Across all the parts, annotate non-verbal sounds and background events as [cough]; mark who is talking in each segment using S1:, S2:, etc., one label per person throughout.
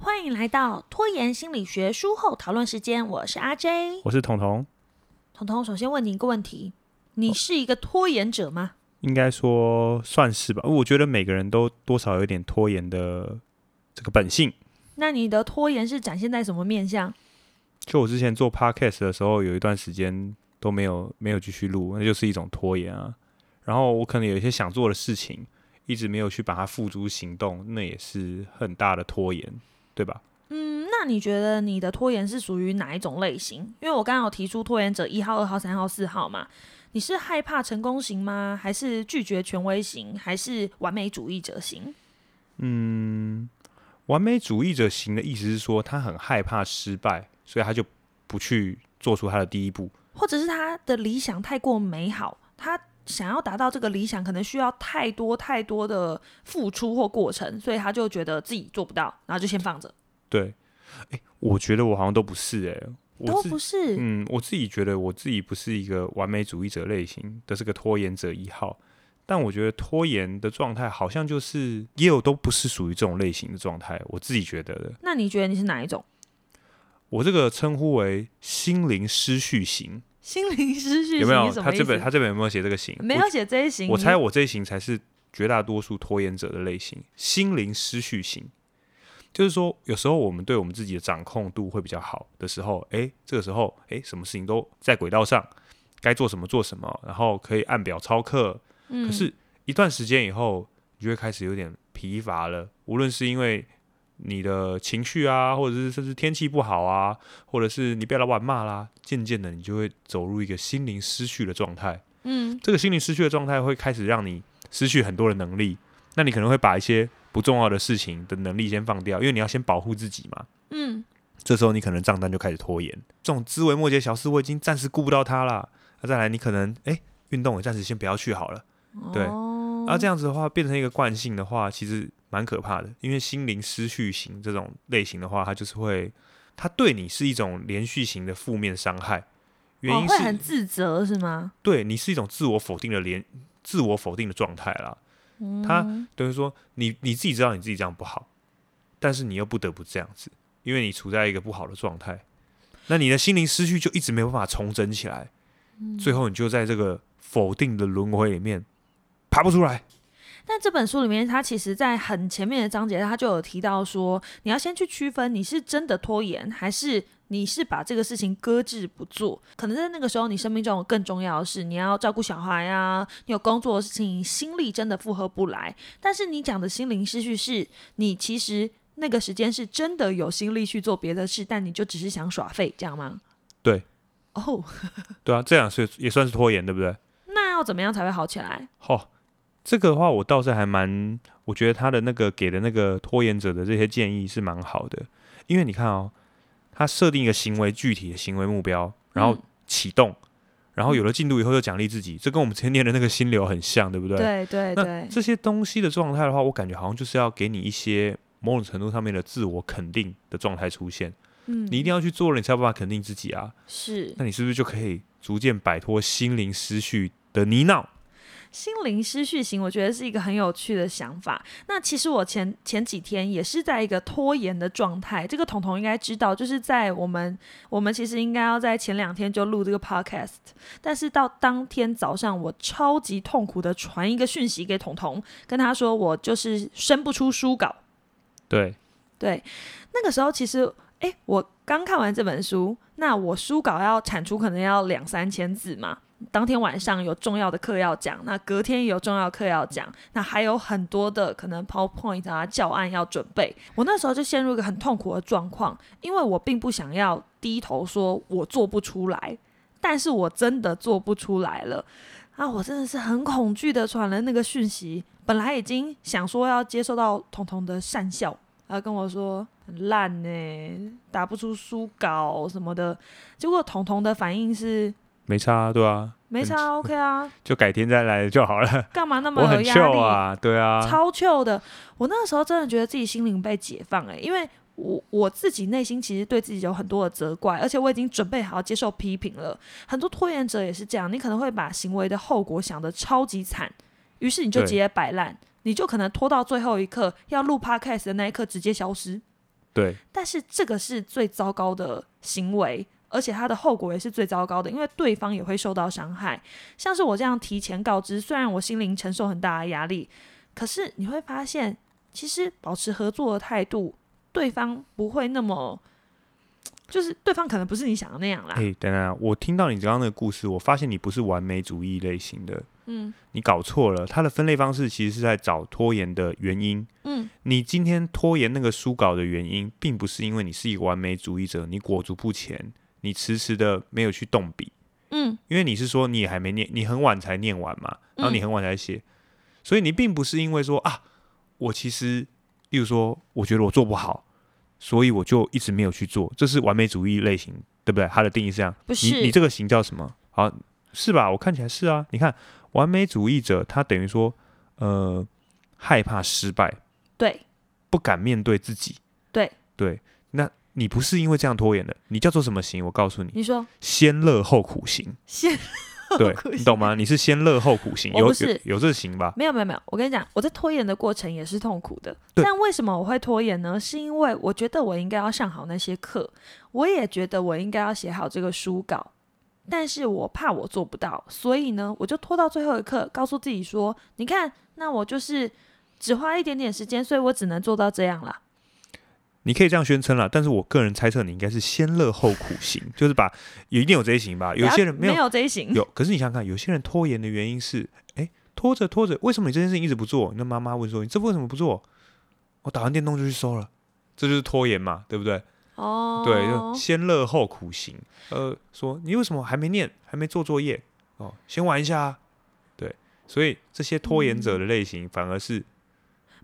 S1: 欢迎来到拖延心理学书后讨论时间，我是阿 J。
S2: 我是彤彤，
S1: 彤彤，首先问你一个问题：你是一个拖延者吗？
S2: 应该说算是吧。我觉得每个人都多少有点拖延的这个本性。
S1: 那你的拖延是展现在什么面相？
S2: 就我之前做 podcast 的时候，有一段时间都没有没有继续录，那就是一种拖延啊。然后我可能有一些想做的事情，一直没有去把它付诸行动，那也是很大的拖延，对吧？
S1: 嗯，那你觉得你的拖延是属于哪一种类型？因为我刚刚有提出拖延者一号、二号、三号、四号嘛，你是害怕成功型吗？还是拒绝权威型？还是完美主义者型？
S2: 完美主义者型的意思是说，他很害怕失败，所以他就不去做出他的第一步。
S1: 或者是他的理想太过美好，他想要达到这个理想，可能需要太多太多的付出或过程，所以他就觉得自己做不到，然后就先放着。
S2: 对，哎，我觉得我好像都不是哎、我
S1: 都
S2: 自
S1: 不是，
S2: 嗯，我自己觉得我自己不是一个完美主义者类型的，是个拖延者一号。但我觉得拖延的状态好像就是也有都不是属于这种类型的状态，我自己觉得的。
S1: 那你觉得你是哪一种？
S2: 我这个称呼为心灵失序型，
S1: 心灵失序
S2: 有没
S1: 型
S2: 有？
S1: 是什
S2: 他
S1: 么意
S2: 这
S1: 思？
S2: 本他这本有没有写这个型？
S1: 没有写这一型，
S2: 我。我猜
S1: 你
S2: 我这一型才是绝大多数拖延者的类型，心灵失序型。就是说，有时候我们对我们自己的掌控度会比较好的时候，诶，这个时候，诶，什么事情都在轨道上，该做什么做什么，然后可以按表操课，
S1: 嗯
S2: 可是，一段时间以后，你就会开始有点疲乏了。无论是因为你的情绪啊，或者是甚至天气不好啊，或者是你被老板骂啦，渐渐的你就会走入一个心灵失序的状态。
S1: 嗯，
S2: 这个心灵失去的状态会开始让你失去很多的能力。那你可能会把一些不重要的事情的能力先放掉，因为你要先保护自己嘛。
S1: 嗯，
S2: 这时候你可能账单就开始拖延，这种枝微末节小事我已经暂时顾不到它啦。那、再来，你可能哎运动也暂时先不要去好了。对啊
S1: 哦、
S2: 那、这样子的话，变成一个惯性的话，其实蛮可怕的。因为心灵失序型这种类型的话，它就是会，它对你是一种连续型的负面伤害。原
S1: 哦、
S2: 因
S1: 会
S2: 是、
S1: 很自责是吗？
S2: 对你是一种自我否定的连自我否定的状态啦。
S1: 嗯、
S2: 他等于说你你自己知道你自己这样不好，但是你又不得不这样子，因为你处在一个不好的状态，那你的心灵失去就一直没有办法重整起来，最后你就在这个否定的轮回里面爬不出来。
S1: 但这本书里面，它其实在很前面的章节，它就有提到说，你要先去区分你是真的拖延，还是你是把这个事情搁置不做。可能在那个时候，你生命中有更重要的事，你要照顾小孩啊，你有工作的事情，心力真的负荷不来。但是你讲的心灵失序是，你其实那个时间是真的有心力去做别的事，但你就只是想耍废，这样吗？
S2: 对。
S1: 哦，
S2: 对啊，这样是也算是拖延，对不对？
S1: 那要怎么样才会好起来？
S2: 好、这个的话我倒是还蛮，我觉得他的那个给的那个拖延者的这些建议是蛮好的，因为你看哦，他设定一个行为具体的行为目标，然后
S1: 嗯
S2: 启动，然后有了进度以后就奖励自己，这跟我们之前念的那个心流很像，对不对？
S1: 对对
S2: 那
S1: 对，
S2: 这些东西的状态的话，我感觉好像就是要给你一些某种程度上面的自我肯定的状态出现，
S1: 嗯，
S2: 你一定要去做了，你才有办法肯定自己啊。
S1: 是
S2: 那你是不是就可以逐渐摆脱心灵失序的泥淖？
S1: 心灵失序型，我觉得是一个很有趣的想法。那其实我前前几天也是在一个拖延的状态，这个彤彤应该知道，就是在我们我们其实应该要在前两天就录这个 podcast，但是到当天早上，我超级痛苦的传一个讯息给彤彤，跟他说我就是生不出书稿。
S2: 对，
S1: 对，那个时候其实，哎，我刚看完这本书，那我书稿要产出可能要两三千字嘛。当天晚上有重要的课要讲，那隔天也有重要课要讲，那还有很多的可能 PowerPoint 啊教案要准备。我那时候就陷入一个很痛苦的状况，因为我并不想要低头说我做不出来，但是我真的做不出来了。啊，我真的是很恐惧的传了那个讯息，本来已经想说要接受到彤彤的善笑，然后跟我说很烂呢、打不出书稿什么的。结果彤彤的反应是
S2: 没差啊，对啊，
S1: 没
S2: 很
S1: 啥 OK
S2: [laughs]
S1: 啊，
S2: 就改天再来就好了。
S1: 干嘛那么
S2: 我
S1: 有
S2: 很
S1: 压力？
S2: chill 啊，对啊，
S1: 超 Q 的。我那个时候真的觉得自己心灵被解放哎、因为我我自己内心其实对自己有很多的责怪，而且我已经准备好接受批评了。很多拖延者也是这样，你可能会把行为的后果想得超级惨，于是你就直
S2: 对
S1: 接摆烂，你就可能拖到最后一刻要录 podcast 的那一刻直接消失。
S2: 对，
S1: 但是这个是最糟糕的行为，而且它的后果也是最糟糕的，因为对方也会受到伤害。像是我这样提前告知，虽然我心灵承受很大的压力，可是你会发现，其实保持合作的态度，对方不会那么，就是对方可能不是你想的那样啦。
S2: 哎、等等啊，我听到你刚刚的故事，我发现你不是完美主义类型的，
S1: 嗯
S2: 你搞错了。它的分类方式其实是在找拖延的原因。
S1: 嗯，
S2: 你今天拖延那个书稿的原因，并不是因为你是一个完美主义者，你裹足不前，你迟迟的没有去动笔，
S1: 嗯，
S2: 因为你是说你也还没念，你很晚才念完嘛，然后你很晚才写，所以你并不是因为说啊，我其实，例如说，我觉得我做不好，所以我就一直没有去做，这是完美主义类型，对不对？它的定义是这样，
S1: 不
S2: 你
S1: 是
S2: 你这个型叫什么？好，是吧？我看起来是啊。你看，完美主义者他等于说，呃，害怕失败，
S1: 对，
S2: 不敢面对自己。
S1: 对
S2: 对，那你不是因为这样拖延的，你叫做什么型？我告诉你，
S1: 你说
S2: 先乐后苦型。
S1: 先 [laughs]
S2: 对
S1: 苦，
S2: 你
S1: 型
S2: 懂吗？你是先乐后苦型，
S1: 我
S2: 有
S1: 不
S2: 有
S1: 是
S2: 有这型吧？
S1: 没有没有没有，我跟你讲，我在拖延的过程也是痛苦的。
S2: 对
S1: 但为什么我会拖延呢？是因为我觉得我应该要上好那些课，我也觉得我应该要写好这个书稿，但是我怕我做不到，所以呢，我就拖到最后一刻，告诉自己说：“你看，那我就是只花一点点时间，所以我只能做到这样啦。
S2: 你可以这样宣称啦，但是我个人猜测你应该是先乐后苦型， [laughs] 就是把有一定有这一型吧。有
S1: 然后
S2: 些人
S1: 没
S2: 有
S1: 这一型，
S2: 有，可是你想想看，有些人拖延的原因是，哎，拖着拖着，为什么你这件事情一直不做？那妈妈问说，你这为什么不做？我打完电动就去收了，这就是拖延嘛，对不对？
S1: 哦，
S2: 对，就先乐后苦行。呃，说你为什么还没念，还没做作业？哦，先玩一下啊。对，所以这些拖延者的类型反而是、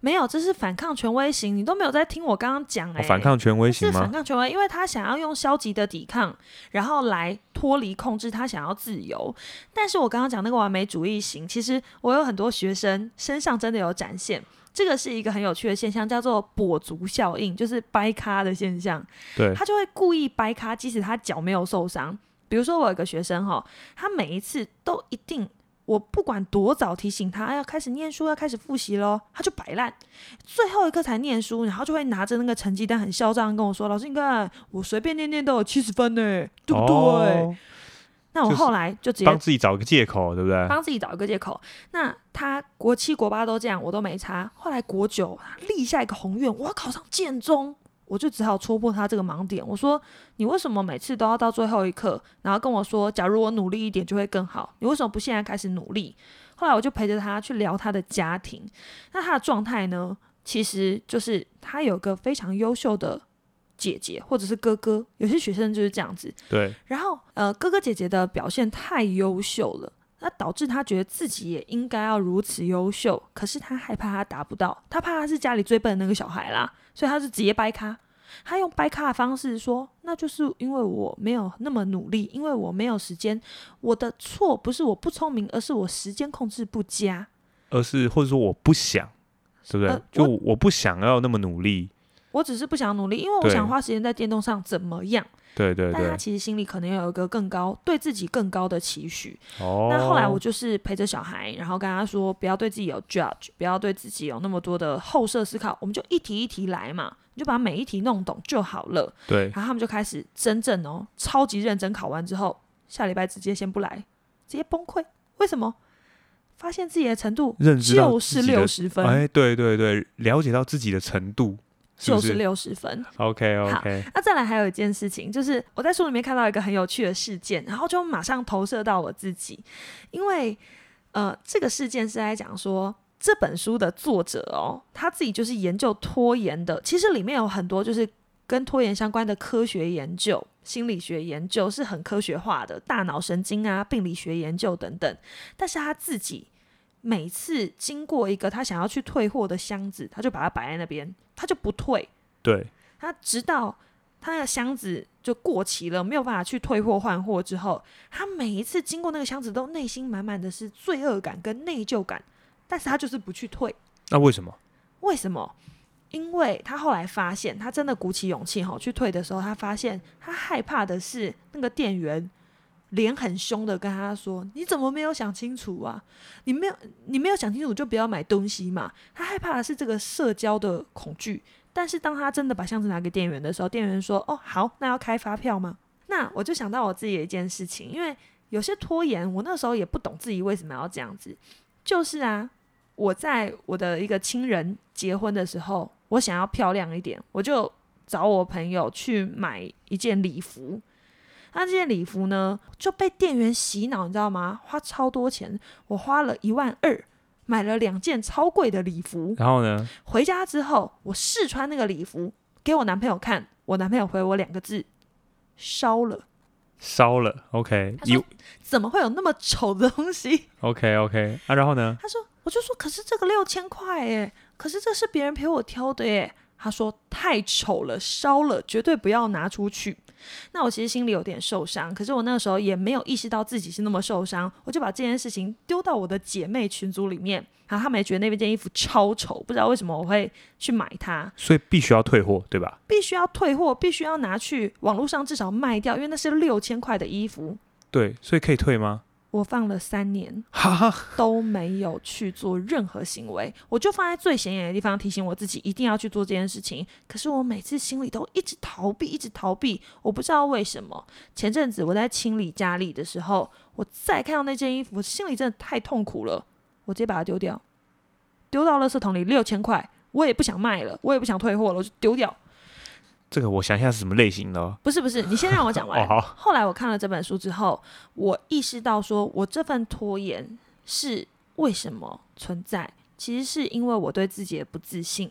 S1: 没有，这是反抗权威型，你都没有在听我刚刚讲哎、
S2: 哦、反抗权威
S1: 是
S2: 型
S1: 反
S2: 吗？
S1: 抗权威，因为他想要用消极的抵抗，然后来脱离控制，他想要自由。但是我刚刚讲那个完美主义型，其实我有很多学生身上真的有展现。这个是一个很有趣的现象，叫做跛足效应，就是掰咖的现象。
S2: 对，
S1: 他就会故意掰咖，即使他脚没有受伤。比如说，我有一个学生哈，他每一次都一定，我不管多早提醒他哎要开始念书，要开始复习喽，他就摆烂，最后一刻才念书，然后就会拿着那个成绩单很嚣张地跟我说：“老师，你看我随便念念都有七十分呢，对不对？”
S2: 哦
S1: 那我
S2: 就是
S1: 后来就直接
S2: 帮自己找个借口，对不对？
S1: 帮自己找一个借口。那他国七、国八都这样，我都没差。后来国九立下一个宏愿，我要考上建中，我就只好戳破他这个盲点。我说：“你为什么每次都要到最后一刻，然后跟我说，假如我努力一点就会更好？你为什么不现在开始努力？”后来我就陪着他去聊他的家庭，那他的状态呢，其实就是他有个非常优秀的姐姐或者是哥哥，有些学生就是这样子，
S2: 对，
S1: 然后呃，哥哥姐姐的表现太优秀了，那导致他觉得自己也应该要如此优秀，可是他害怕他达不到，他怕他是家里最笨的那个小孩啦，所以他是直接掰咖。他用掰咖的方式说，那就是因为我没有那么努力，因为我没有时间。我的错不是我不聪明，而是我时间控制不佳。
S2: 而是或者说我不想，对不对？
S1: 呃
S2: 就
S1: 我
S2: 我不想要那么努力，
S1: 我只是不想努力，因为我
S2: 对
S1: 想花时间在电动上怎么样？
S2: 对对
S1: 但
S2: 对
S1: 他。其实心里可能有一个更高，对自己更高的期许。
S2: 哦，
S1: 那后来我就是陪着小孩，然后跟他说，不要对自己有 judge，不要对自己有那么多的后设思考，我们就一题一题来嘛，你就把每一题弄懂就好了。
S2: 对
S1: 然后他们就开始真正哦，超级认真考完之后，下礼拜直接先不来，直接崩溃。为什么？发现自己的程度
S2: 认知到
S1: 就
S2: 自
S1: 是
S2: 己的
S1: 六十分，
S2: 哎，对对对，了解到自己的程度，是
S1: 就
S2: 不
S1: 是
S2: 是
S1: 六十分。
S2: OK OK，
S1: 那再来还有一件事情，就是我在书里面看到一个很有趣的事件，然后就马上投射到我自己，因为呃，这个事件是在讲说。这本书的作者哦，他自己就是研究拖延的。其实里面有很多就是跟拖延相关的科学研究、心理学研究是很科学化的，大脑神经啊、病理学研究等等。但是他自己每次经过一个他想要去退货的箱子，他就把它摆在那边，他就不退，
S2: 对，
S1: 他直到他那个箱子就过期了，没有办法去退货换货之后，他每一次经过那个箱子，都内心满满的是罪恶感跟内疚感，但是他就是不去退，
S2: 那为什么？
S1: 为什么？因为他后来发现，他真的鼓起勇气哈去退的时候，他发现他害怕的是那个店员脸很凶的跟他说：“你怎么没有想清楚啊？你没有你没有想清楚就不要买东西嘛。”他害怕的是这个社交的恐惧，但是当他真的把箱子拿给店员的时候，店员说：“哦，好，那要开发票吗？”那我就想到我自己的一件事情，因为有些拖延，我那时候也不懂自己为什么要这样子。就是啊，我在我的一个亲人结婚的时候，我想要漂亮一点，我就找我朋友去买一件礼服。那这件礼服呢，就被店员洗脑，你知道吗？花超多钱，我花了一万二，买了两件超贵的礼服。
S2: 然后呢，
S1: 回家之后，我试穿那个礼服给我男朋友看，我男朋友回我两个字：烧了。
S2: 烧了，OK，
S1: 他
S2: 一
S1: 说怎么会有那么丑的东西？ [laughs]
S2: OK OK，啊，然后呢？
S1: 他说，我就说，可是这个六千块耶，可是这是别人陪我挑的耶。他说太丑了，烧了，绝对不要拿出去。那我其实心里有点受伤，可是我那个时候也没有意识到自己是那么受伤，我就把这件事情丢到我的姐妹群组里面，然后她们也觉得那件衣服超丑，不知道为什么我会去买它。
S2: 所以必须要退货，对吧？
S1: 必须要退货，必须要拿去网络上至少卖掉，因为那是六千块的衣服，
S2: 对，所以可以退吗？
S1: 我放了三年
S2: 哈哈，
S1: 都没有去做任何行为，我就放在最显眼的地方提醒我自己一定要去做这件事情。可是我每次心里都一直逃避，一直逃避，我不知道为什么。前阵子我在清理家里的时候，我再看到那件衣服，心里真的太痛苦了，我直接把它丢掉，丢到垃圾桶里，六千块，我也不想卖了，我也不想退货了，我就丢掉。
S2: 这个我想一下是什么类型的哦。
S1: 不是不是，你先让我讲
S2: [laughs]
S1: 完。
S2: 哦好
S1: 后来我看了这本书之后，我意识到说，我这份拖延是为什么存在？其实是因为我对自己的不自信，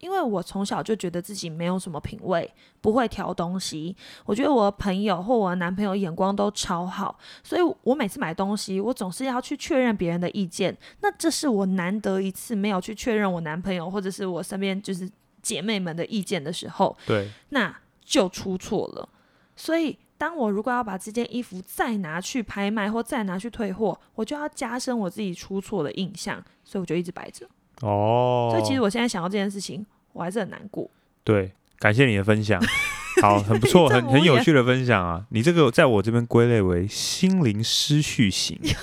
S1: 因为我从小就觉得自己没有什么品味，不会挑东西。我觉得我的朋友或我的男朋友眼光都超好，所以我每次买东西，我总是要去确认别人的意见。那这是我难得一次没有去确认我男朋友或者是我身边就是姐妹们的意见的时候，
S2: 对，
S1: 那就出错了。所以，当我如果要把这件衣服再拿去拍卖或再拿去退货，我就要加深我自己出错的印象，所以我就一直摆着。
S2: 哦，
S1: 所以，其实我现在想到这件事情，我还是很难过。
S2: 对，感谢你的
S1: [laughs]
S2: 分享，好，很不错，
S1: 你这
S2: 很
S1: 么
S2: 很
S1: 无
S2: 有
S1: 言
S2: 趣的分享啊。你这个在我这边归类为心灵失序型，
S1: [laughs]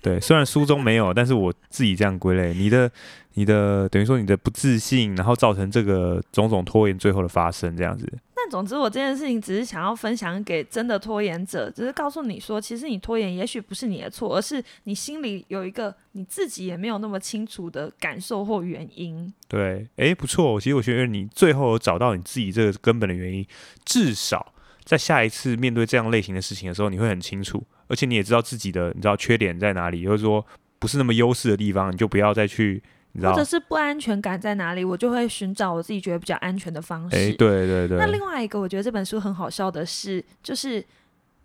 S2: 对，虽然书中没有，但是我自己这样归类。你的你的等于说你的不自信，然后造成这个种种拖延最后的发生，这样子。
S1: 但总之，我这件事情只是想要分享给真的拖延者，只是告诉你说，其实你拖延也许不是你的错，而是你心里有一个你自己也没有那么清楚的感受或原因。
S2: 对，诶，不错，哦其实我觉得你最后有找到你自己这个根本的原因，至少在下一次面对这样类型的事情的时候，你会很清楚，而且你也知道自己的你知道缺点在哪里，也就是说不是那么优势的地方，你就不要再去，你知
S1: 或
S2: 道
S1: 者。是不安全感在哪里，我就会寻找我自己觉得比较安全的方式。
S2: 诶，对对
S1: 那另
S2: 对，
S1: 外一个，我觉得这本书很好笑的是，就是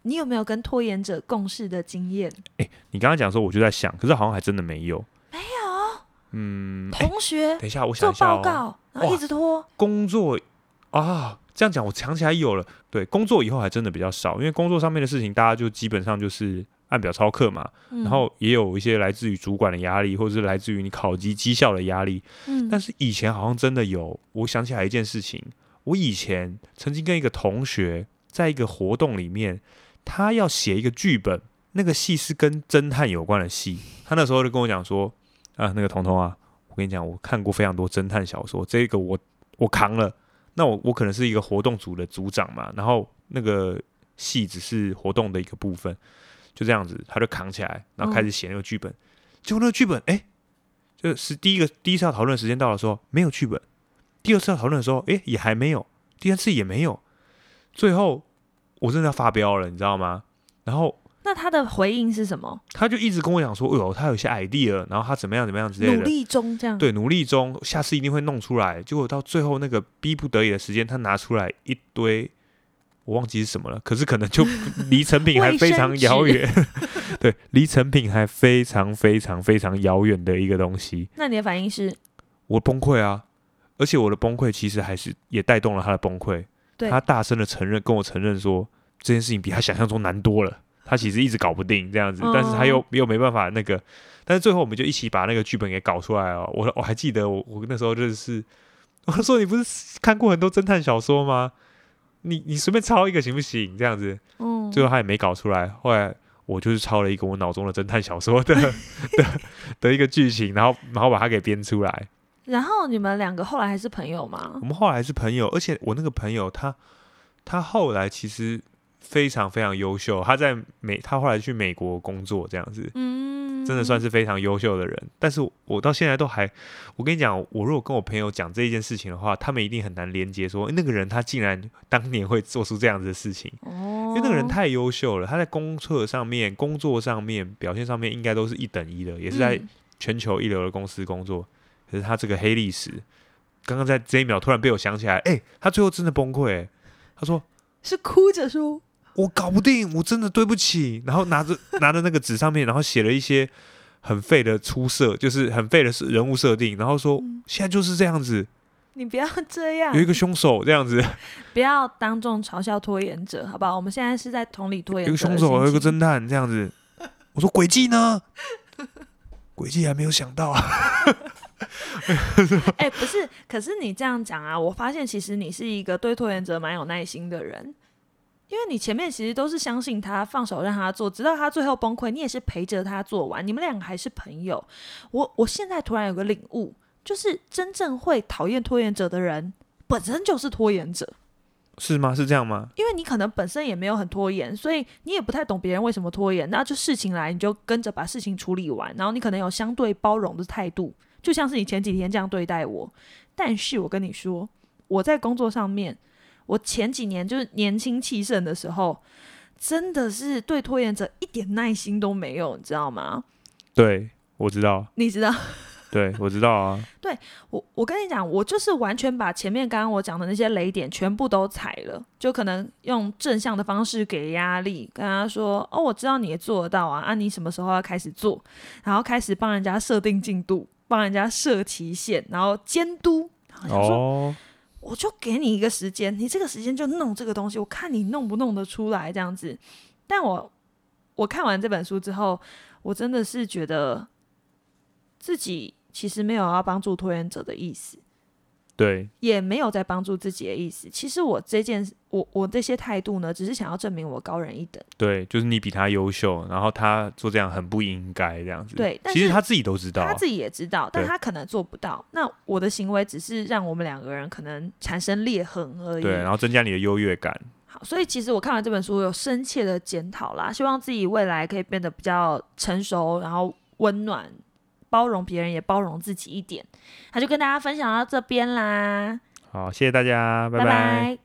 S1: 你有没有跟拖延者共事的经验？
S2: 你刚刚讲说，我就在想，可是好像还真的没有。
S1: 没有，
S2: 嗯，诶
S1: 同学、
S2: 等一下，我想
S1: 呃做
S2: 一下、哦、
S1: 报告，然后
S2: 哇
S1: 一直拖，
S2: 工作啊，这样讲我想起来有了。对，工作以后还真的比较少，因为工作上面的事情，大家就基本上就是按表操课嘛。
S1: 嗯、
S2: 然后也有一些来自于主管的压力，或者是来自于你考级绩效的压力。
S1: 嗯，
S2: 但是以前好像真的有，我想起来一件事情，我以前曾经跟一个同学在一个活动里面，他要写一个剧本，那个戏是跟侦探有关的戏，他那时候就跟我讲说，啊，那个彤彤啊，我跟你讲，我看过非常多侦探小说，这个我我扛了。那我我可能是一个活动组的组长嘛，然后那个戏只是活动的一个部分，就这样子，他就扛起来，然
S1: 嗯
S2: 后开始写那个剧本。结果那个剧本，哎、就是第一个第一次要讨论的时间到的时候没有剧本，第二次要讨论的时候，哎、也还没有，第三次也没有，最后我真的要发飙了，你知道吗？然后
S1: 那他的回应是什么？
S2: 他就一直跟我讲说，哎呦，他有一些 idea，然后他怎么样怎么样之类
S1: 努
S2: 的，
S1: 力中这样，
S2: 对，努力中，下次一定会弄出来。结果到最后那个逼不得已的时间，他拿出来一堆，我忘记是什么了。可是可能
S1: [laughs]
S2: 就离成品还
S1: 卫
S2: 非
S1: 生
S2: 常
S1: 纸
S2: 遥远， [laughs] 对，离成品还非常非常非常遥远的一个东西，
S1: 那你的反应是？
S2: 我崩溃啊！而且我的崩溃其实还是也带动了他的崩溃，
S1: 对
S2: 他大声的承认，跟我承认说这件事情比他想象中难
S1: [laughs]
S2: 多了。他其实一直搞不定这样
S1: 哦
S2: 子，但是他又又没办法那个，但是最后我们就一起把那个剧本给搞出来哦。我我还记得我我那时候就是， [laughs] 我说你不是看过很多侦探小说吗？你你随便抄一个行不行？这样子，
S1: 嗯，
S2: 最后他也没搞出来。后来我就是抄了一个 [laughs] 我脑中的侦探小说的的的一个剧情，然后然后把它给编出来。
S1: 然后你们两个后来还是朋友吗
S2: 我？们后来还是朋友，而且我那个朋友他他后来其实非常非常优秀，他在美他后来去美国工作这样子，
S1: 嗯，
S2: 真的算是非常优秀的人。但是我到现在都还，我跟你讲，我如果跟我朋友讲这一件事情的话，他们一定很难连接说诶那个人他竟然 [laughs] 当年会做出这样子的事情，
S1: 哦，
S2: 因为那个人太优秀了，他在工作上面、工作上面表现上面应该都是一等一的，也是在
S1: 嗯
S2: 全球一流的公司工作，可是他这个黑历史，刚刚在这一秒突然被我想起来，哎、他最后真的崩溃、欸他说
S1: 是哭着说，
S2: 我搞不定，我真的对不起，然后拿着 [laughs] 拿着那个纸上面，然后写了一些很废的出色，就是很废的人物设定，然后说
S1: 嗯
S2: 现在就是这样子，
S1: 你不要这样
S2: 有，一个凶手这样子，
S1: 不要当众嘲笑拖延者，好不好？我们现在是在同理拖
S2: 有
S1: 延
S2: 一
S1: 者
S2: 个
S1: 的
S2: 凶
S1: 心情，
S2: 手，有一个侦探这样子，我说诡计呢？诡计还没有想到啊，
S1: 哎、不是，可是你这样讲啊，我发现其实你是一个对拖延者蛮有耐心的人，因为你前面其实都是相信他，放手让他做，直到他最后崩溃，你也是陪着他做完，你们两个还是朋友。我我现在突然有个领悟，就是真正会讨厌拖延者的人，本身就是拖延者。
S2: 是吗？是这样吗？
S1: 因为你可能本身也没有很拖延，所以你也不太懂别人为什么拖延。那就事情来，你就跟着把事情处理完，然后你可能有相对包容的态度，就像是你前几天这样对待我。但是我跟你说，我在工作上面，我前几年就是年轻气盛的时候，真的是对拖延者一点耐心都没有，你知道吗？
S2: 对，我知道，
S1: 你知道，
S2: 对我知道啊，
S1: 我我跟你讲，我就是完全把前面刚刚我讲的那些雷点全部都踩了，就可能用正向的方式给压力，跟他说：“哦，我知道你也做得到啊，啊，你什么时候要开始做？”然后开始帮人家设定进度，帮人家设期限，然后监督。然后想说，
S2: 哦，
S1: 我就给你一个时间，你这个时间就弄这个东西，我看你弄不弄得出来这样子。但我我看完这本书之后，我真的是觉得自己其实没有要帮助拖延者的意思。
S2: 对，
S1: 也没有在帮助自己的意思。其实我这件，我我这些态度呢，只是想要证明我高人一等。
S2: 对，就是你比他优秀，然后他做这样很不应该这样子。
S1: 对但
S2: 其实
S1: 是
S2: 他自己都知道
S1: 他
S2: 啊，
S1: 自己也知道，但
S2: 对
S1: 他可能做不到。那我的行为只是让我们两个人可能产生裂痕而已。
S2: 对，然后增加你的优越感。
S1: 好，所以其实我看完这本书，我有深切的检讨啦，希望自己未来可以变得比较成熟，然后温暖，包容别人，也包容自己一点。那就跟大家分享到这边啦，
S2: 好，谢谢大家，拜
S1: 拜